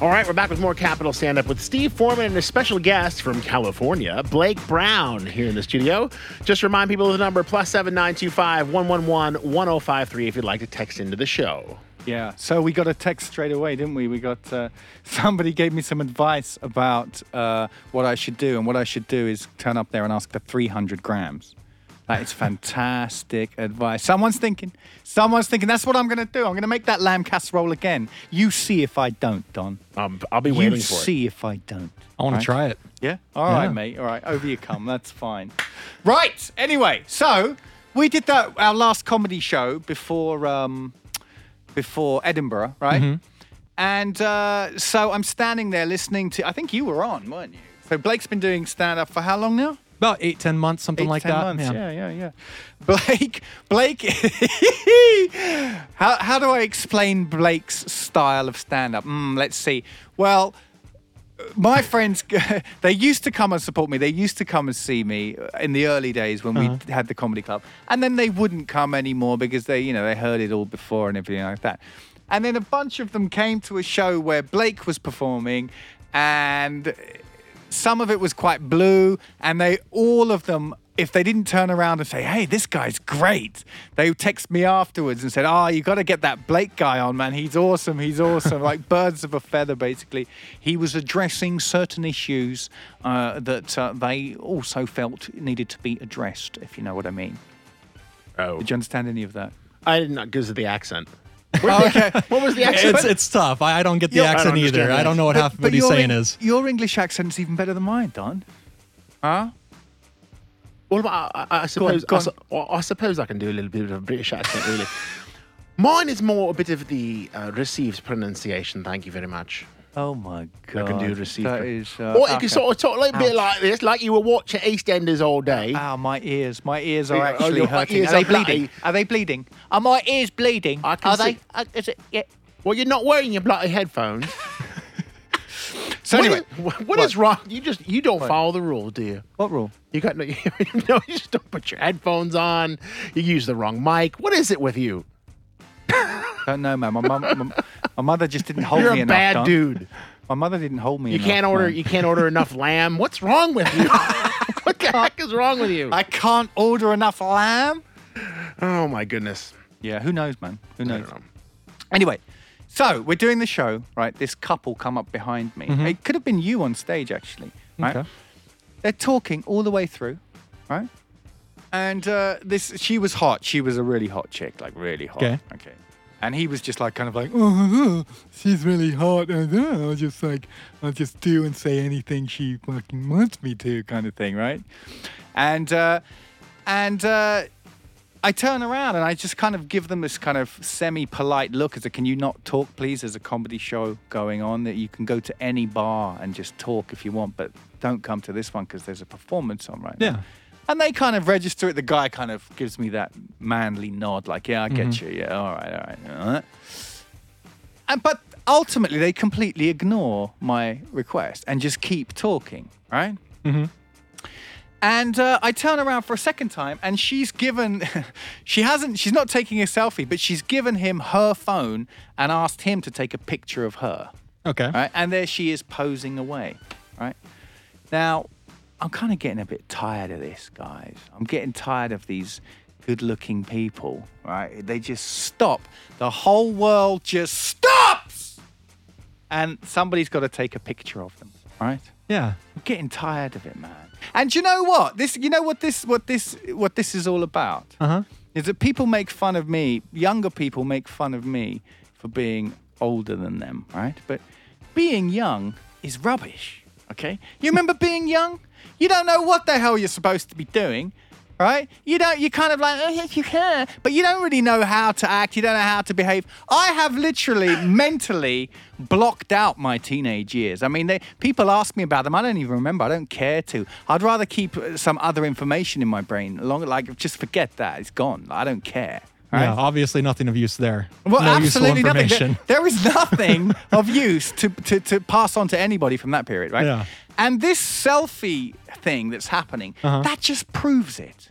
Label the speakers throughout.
Speaker 1: All right, we're back with more Capital Stand Up with Steve Foreman and a special guest from California, Blake Brown, here in the studio. Just remind people of the number plus 7925 111 1053 if you'd like to text into the show.
Speaker 2: Yeah. So we got a text straight away, didn't we? We got uh, somebody gave me some advice about uh, what I should do, and what I should do is turn up there and ask for 300 grams. That is fantastic advice. Someone's thinking. Someone's thinking. That's what I'm going to do. I'm going to make that lamb casserole again. You see if I don't, Don.
Speaker 1: Um, I'll be waiting
Speaker 2: you
Speaker 1: for it.
Speaker 2: see if I don't.
Speaker 3: I want to try it.
Speaker 2: Yeah. All right,
Speaker 3: Yeah.
Speaker 2: mate. All right. Over you come. That's fine. Right. Anyway, so we did that our last comedy show before um, before Edinburgh, right? And uh, so I'm standing there listening to. I think you were on, weren't you? So Blake's been doing stand up for how long now?
Speaker 3: About eight, ten months, something
Speaker 2: Eight,
Speaker 3: like
Speaker 2: 10
Speaker 3: that.
Speaker 2: months. Yeah. yeah, yeah, Blake, Blake. how how do I explain Blake's style of stand up? Mm, let's see. Well. My friends, they used to come and support me. They used to come and see me in the early days when we
Speaker 3: Uh-huh.
Speaker 2: had the comedy club, and then they wouldn't come anymore because they, you know, they heard it all before and everything like that. And then a bunch of them came to a show where Blake was performing, and some of it was quite blue, and they all of them, if they didn't turn around and say, "Hey, this guy's great," they would text me afterwards and said, "Oh, you got to get that Blake guy on, man. He's awesome. He's awesome." like birds of a feather, basically. He was addressing certain issues uh, that uh, they also felt needed to be addressed, if you know what I mean.
Speaker 1: Oh.
Speaker 2: Did you understand any of that?
Speaker 1: I did not because of the accent.
Speaker 2: okay.
Speaker 1: What was the accent?
Speaker 3: It's it's tough. I, I don't get the
Speaker 2: Yeah, I don't
Speaker 3: accent
Speaker 1: understand
Speaker 3: either.
Speaker 1: that.
Speaker 3: I don't know what half of what he's
Speaker 2: your
Speaker 3: saying
Speaker 2: Eng-
Speaker 3: is.
Speaker 2: your English accent's even better than mine, Don. Huh?
Speaker 1: Well, I, I, I suppose
Speaker 2: go
Speaker 1: I, su- I- I suppose I can do a little bit of a British accent, really. Mine is more a bit of the uh, received pronunciation. Thank you very much.
Speaker 2: Oh my
Speaker 1: I
Speaker 2: god!
Speaker 1: can do received.
Speaker 2: That
Speaker 1: pro-
Speaker 2: is. uh,
Speaker 1: or you can sort of talk a little bit
Speaker 2: Ouch.
Speaker 1: like this, like you were watching EastEnders all day.
Speaker 2: Ow, my ears. My ears are
Speaker 1: Yeah, oh,
Speaker 2: actually
Speaker 1: your
Speaker 2: hurting.
Speaker 1: ears
Speaker 2: are they
Speaker 1: are bloody.
Speaker 2: bleeding? Are they bleeding? Are my ears bleeding?
Speaker 1: I can
Speaker 2: are
Speaker 1: see-
Speaker 2: they? Uh, is it? Yeah.
Speaker 1: well, you're not wearing your bloody headphones.
Speaker 2: So
Speaker 1: What
Speaker 2: anyway,
Speaker 1: is- what is wrong? You just you don't follow the rules, do you?
Speaker 2: what rule?
Speaker 1: You got no, no, you just don't put your headphones on. You use the wrong mic. What is it with you?
Speaker 2: Don't know, man. Uh, My mum, my, my mother just didn't hold
Speaker 1: You're
Speaker 2: me
Speaker 1: a
Speaker 2: enough.
Speaker 1: bad
Speaker 2: Don.
Speaker 1: dude.
Speaker 2: My mother didn't hold me.
Speaker 1: You
Speaker 2: enough,
Speaker 1: can't order. e-
Speaker 2: man.
Speaker 1: You can't order enough lamb. What's wrong with you? what the heck is wrong with you?
Speaker 2: I can't order enough lamb.
Speaker 1: oh my goodness.
Speaker 2: Yeah, who knows, man? Who
Speaker 1: I
Speaker 2: knows?
Speaker 1: don't know.
Speaker 2: Anyway, so we're doing the show, right? This couple come up behind me. It could have been you on stage, actually. Right?
Speaker 3: Mm-hmm. Okay.
Speaker 2: They're talking all the way through, right? And uh, this, she was hot. She was a really hot chick, like really hot.
Speaker 3: Okay.
Speaker 2: Okay. And he was just like, kind of like, oh, she's really hot. And uh, I'll just like, I'll just do and say anything she fucking wants me to, kind of thing, right? And uh, and uh, I turn around and I just kind of give them this kind of semi polite look as a can you not talk, please? There's a comedy show going on that you can go to any bar and just talk if you want, but don't come to this one because there's a performance on right
Speaker 3: Yeah.
Speaker 2: now. And they kind of register it. The guy kind of gives me that manly nod, like, yeah, I get you. Yeah, all right, all right, all right. And but ultimately, they completely ignore my request and just keep talking, right? And uh, I turn around for a second time, and she's given, she hasn't, she's not taking a selfie, but she's given him her phone and asked him to take a picture of her.
Speaker 3: Okay.
Speaker 2: Right? And there she is posing away. Right? Now, I'm kind of getting a bit tired of this, guys. I'm getting tired of these good looking people. Right? They just stop. The whole world just stops. And somebody's got to take a picture of them. Right?
Speaker 3: Yeah.
Speaker 2: I'm getting tired of it, man. And do you know what? This you know what this what this what this is all about?
Speaker 3: Uh-huh.
Speaker 2: Is that people make fun of me, younger people make fun of me for being older than them, right? But being young is rubbish. Okay? You remember being young? You don't know what the hell you're supposed to be doing. Right? You don't, you're kind of like, oh, yes, you can, but you don't really know how to act. You don't know how to behave. I have literally mentally blocked out my teenage years. I mean, they, people ask me about them. I don't even remember. I don't care to. I'd rather keep uh, some other information in my brain. Long, like, just forget that. It's gone. I don't care. Right?
Speaker 3: Yeah. Obviously, nothing of use there.
Speaker 2: Well,
Speaker 3: no
Speaker 2: absolutely
Speaker 3: useful
Speaker 2: nothing. There-
Speaker 3: information.
Speaker 2: there is nothing of use to, to, to pass on to anybody from that period, right?
Speaker 3: Yeah. Uh-huh.
Speaker 2: And this selfie thing that's happening, that just proves it.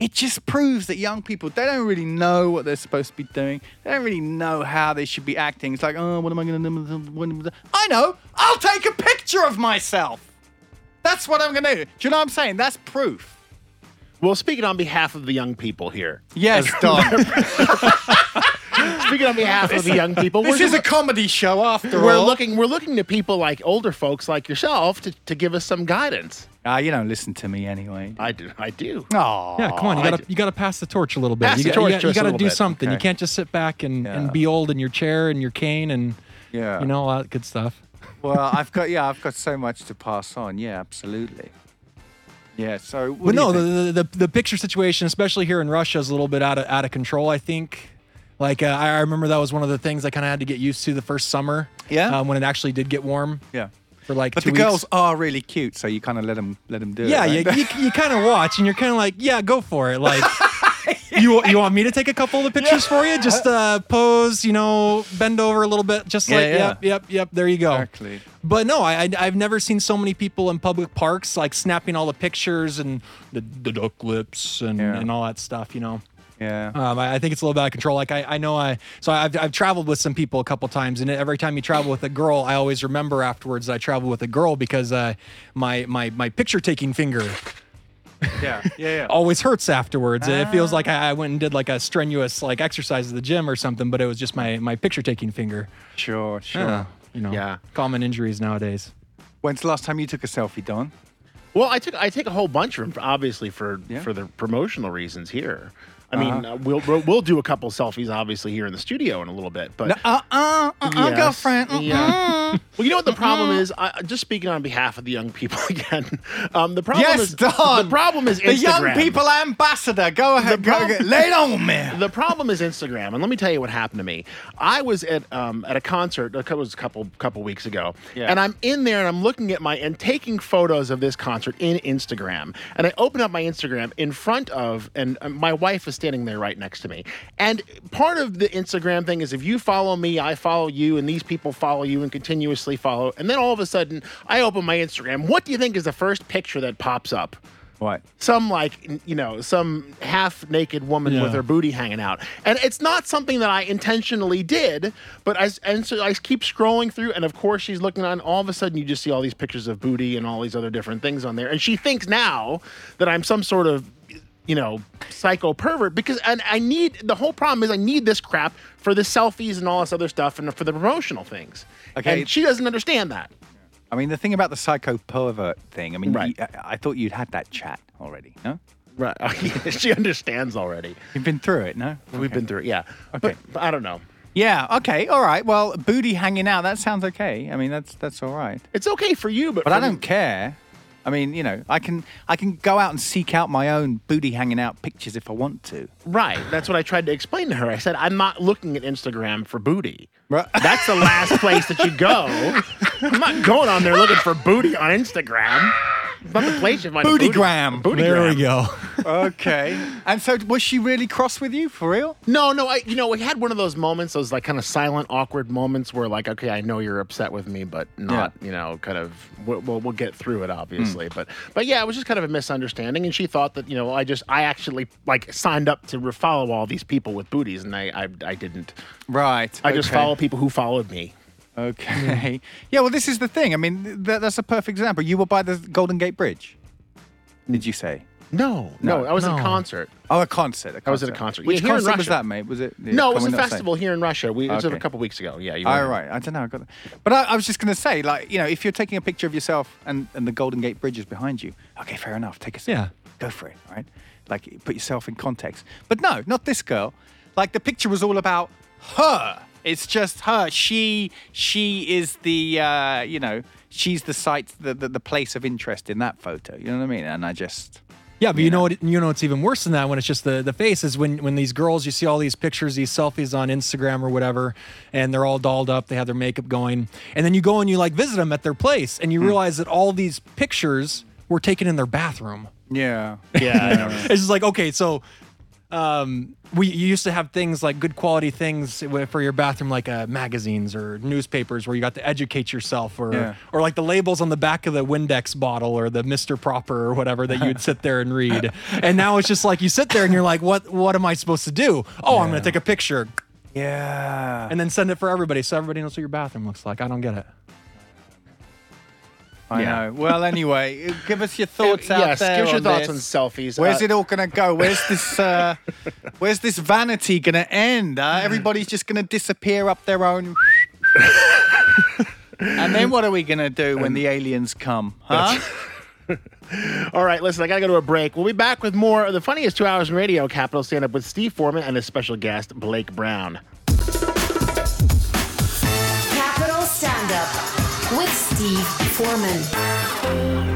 Speaker 2: it just proves that young people they don't really know what they're supposed to be doing. They don't really know how they should be acting. It's like, oh, what am I going to do? I know. I'll take a picture of myself. That's what I'm going to do. Do you know what I'm saying? That's proof.
Speaker 1: Well, speaking on behalf of the young people here,
Speaker 2: Yes, Don.
Speaker 1: speaking on behalf of the young people,
Speaker 2: this
Speaker 1: we're,
Speaker 2: is a comedy show after
Speaker 1: we're
Speaker 2: all.
Speaker 1: looking we're looking to people like older folks like yourself to, to give us some guidance.
Speaker 2: Ah, you don't listen to me anyway.
Speaker 1: I do, I do.
Speaker 2: Oh,
Speaker 3: Yeah, come on. You
Speaker 1: I
Speaker 3: gotta
Speaker 1: do.
Speaker 3: you gotta pass the torch a little bit.
Speaker 1: Pass
Speaker 3: you
Speaker 1: the
Speaker 3: got-
Speaker 1: torch
Speaker 3: you got-
Speaker 1: just
Speaker 3: you
Speaker 1: a
Speaker 3: gotta
Speaker 1: little
Speaker 3: do
Speaker 1: bit.
Speaker 3: something.
Speaker 2: Okay.
Speaker 3: You can't just sit back and,
Speaker 2: Yeah.
Speaker 3: and be old in your chair and your cane and
Speaker 2: Yeah.
Speaker 3: you know all that good stuff.
Speaker 2: well, I've got yeah, I've got so much to pass on. Yeah, absolutely. Yeah. So, what
Speaker 3: But
Speaker 2: do you
Speaker 3: no,
Speaker 2: think?
Speaker 3: the, the the the picture situation, especially here in Russia, is a little bit out of out of control. I think. Like uh, I I remember that was one of the things I kind of had to get used to the first summer.
Speaker 2: Yeah?
Speaker 3: Um, when it actually did get warm.
Speaker 2: yeah.
Speaker 3: For like
Speaker 2: But
Speaker 3: two
Speaker 2: the
Speaker 3: weeks.
Speaker 2: girls are really cute, so you kind of let them let them do
Speaker 3: Yeah,
Speaker 2: it.
Speaker 3: you,
Speaker 2: right?
Speaker 3: you, you kind of watch and you're kind of like, yeah, go for it. Like, you you want me to take a couple of the pictures for you? Just uh, pose, you know, bend over a little bit, just
Speaker 2: Yeah,
Speaker 3: like,
Speaker 2: yeah.
Speaker 3: yep, yep, yep. There you go.
Speaker 2: Exactly.
Speaker 3: But no, I, I I've never seen so many people in public parks like snapping all the pictures and the, the duck lips and
Speaker 2: Yeah.
Speaker 3: and all that stuff. You know.
Speaker 2: yeah.
Speaker 3: Um, I, I think it's a little bit out of control. Like I, I know I, so I've, I've traveled with some people a couple times, and every time you travel with a girl, I always remember afterwards I traveled with a girl because uh, my my my picture taking finger
Speaker 2: yeah, yeah, yeah.
Speaker 3: always hurts afterwards. It feels like I, I went and did like a strenuous like exercise at the gym or something, but it was just my my picture taking finger.
Speaker 2: Sure, sure.
Speaker 3: Uh, you know,
Speaker 1: Yeah.
Speaker 3: common injuries nowadays.
Speaker 2: When's the last time you took a selfie, Don?
Speaker 1: Well, I took I take a whole bunch of them, obviously for
Speaker 2: Yeah. Uh-huh.
Speaker 1: for the promotional reasons here. I mean, uh, we'll, we'll we'll do a couple selfies obviously here in the studio in a little bit, but
Speaker 2: Uh, uh, uh,
Speaker 1: Yes.
Speaker 2: girlfriend.
Speaker 1: uh-uh.
Speaker 2: uh,
Speaker 1: Yeah. Well, you know what the problem
Speaker 2: Uh-huh.
Speaker 1: is? I, just speaking on behalf of the young people again. Um, the problem
Speaker 2: Yes,
Speaker 1: is
Speaker 2: Don.
Speaker 1: the problem is
Speaker 2: The young
Speaker 1: Instagram.
Speaker 2: people ambassador. Go ahead, go,
Speaker 1: prob-
Speaker 2: go, lay it on me.
Speaker 1: The problem is Instagram, and let me tell you what happened to me. I was at um, at a concert. It was a couple couple weeks ago,
Speaker 2: Yeah.
Speaker 1: and I'm in there and I'm looking at my and taking photos of this concert in Instagram. And I open up my Instagram in front of, and uh, my wife is standing there right next to me. And part of the Instagram thing is if you follow me, I follow you, and these people follow you and continuously follow. And then all of a sudden, I open my Instagram. What do you think is the first picture that pops up?
Speaker 2: What?
Speaker 1: some like n- you know some half naked woman
Speaker 3: Yeah.
Speaker 1: with her booty hanging out and it's not something that i intentionally did but i s- and so i keep scrolling through and of course she's looking on all of a sudden you just see all these pictures of booty and all these other different things on there and she thinks now that i'm some sort of you know psycho pervert because and i need the whole problem is i need this crap for the selfies and all this other stuff and for the promotional things
Speaker 2: Okay.
Speaker 1: and she doesn't understand that
Speaker 2: I mean, the thing about the psycho pervert thing. I mean,
Speaker 1: Right.
Speaker 2: you- I, I thought you'd had that chat already. No,
Speaker 1: right she understands already
Speaker 2: you've been through it. No,
Speaker 1: we've been through it yeah
Speaker 2: Okay.
Speaker 1: but, but i don't know
Speaker 2: Yeah. Okay. All right. Well, booty hanging out. That sounds okay. I mean, that's that's all right.
Speaker 1: It's okay for you, but
Speaker 2: But
Speaker 1: for
Speaker 2: I don't care. I mean, you know, I can I can go out and seek out my own booty hanging out pictures if I want to.
Speaker 1: Right. That's what I tried to explain to her. I said, I'm not looking at Instagram for booty.
Speaker 2: Right.
Speaker 1: That's the last place that you go. I'm not going on there looking for booty on Instagram. It's not the place you find a
Speaker 2: Bootygram.
Speaker 1: Booty
Speaker 3: there we go.
Speaker 2: Okay. and so, was she really cross with you for real?
Speaker 1: No, no. I, you know, we had one of those moments, those like kind of silent, awkward moments where, like, okay, I know you're upset with me, but not, you know, kind of. We'll, we'll, we'll get through it, obviously.
Speaker 2: Mm.
Speaker 1: But, but yeah, it was just kind of a misunderstanding, and she thought that, you know, I just, I actually like signed up to re- follow all these people with booties, and I, I, I didn't.
Speaker 2: Right.
Speaker 1: I just
Speaker 2: okay.
Speaker 1: follow people who followed me.
Speaker 2: Okay. Yeah. Well, this is the thing. I mean, th- that's a perfect example. You were by the Golden Gate Bridge. Did you say?
Speaker 1: No, no, I was at a
Speaker 3: No.
Speaker 1: concert.
Speaker 2: Oh, a concert. A concert.
Speaker 1: I was at a concert. Yeah,
Speaker 2: Which
Speaker 1: here in
Speaker 2: concert was
Speaker 1: Russia.
Speaker 2: that, mate? Was it? yeah,
Speaker 1: no,
Speaker 2: can
Speaker 1: it was
Speaker 2: we
Speaker 1: a
Speaker 2: not say?
Speaker 1: festival here in Russia. We, It was
Speaker 2: Okay.
Speaker 1: a couple weeks ago. Yeah, you
Speaker 2: All
Speaker 1: were-
Speaker 2: Oh, right, I don't know. I got that. But I, I was just going to say, like, you know, if you're taking a picture of yourself and, and the Golden Gate Bridge is behind you, okay, fair enough. Take a
Speaker 3: Yeah.
Speaker 2: Go for it, all right? Like, put yourself in context. But no, not this girl. Like, the picture was all about her. It's just her. She she is the uh, you know she's the site the, the the place of interest in that photo. You know what I mean? And I just
Speaker 3: Yeah, but you, know, what? You know what's even worse than that when it's just the the face is when when these girls you see all these pictures, these selfies on Instagram or whatever, and they're all dolled up, they have their makeup going, and then you go and you like visit them at their place, and you realize that all these pictures were taken in their bathroom.
Speaker 2: yeah
Speaker 1: Yeah, I know.
Speaker 3: It's just like okay, so um, we you used to have things like good quality things wi- for your bathroom, like uh, magazines or newspapers, where you got to educate yourself, or
Speaker 2: Yeah.
Speaker 3: or like the labels on the back of the Windex bottle or the Mister Proper or whatever that you'd sit there and read. and now it's just like you sit there and you're like, what what am I supposed to do? Oh, I'm gonna take a picture
Speaker 2: Yeah.
Speaker 3: and then send it for everybody, so everybody knows what your bathroom looks like. I don't get it.
Speaker 2: I
Speaker 1: Yeah.
Speaker 2: know. Well, anyway, give us your thoughts out
Speaker 1: yes,
Speaker 2: there.
Speaker 1: give us your
Speaker 2: on
Speaker 1: thoughts
Speaker 2: this.
Speaker 1: on selfies.
Speaker 2: Where's
Speaker 1: Uh,
Speaker 2: it all gonna go? Where's this? Uh, where's this vanity gonna end? Uh, everybody's just gonna disappear up their own. and then what are we gonna do when the aliens come? Huh?
Speaker 1: All right, listen, I got to go to a break. We'll be back with more of the funniest two hours in radio, Capital Stand Up with Steve Foreman and his special guest, Blake Brown.
Speaker 4: Capital Stand Up with Steve Foreman.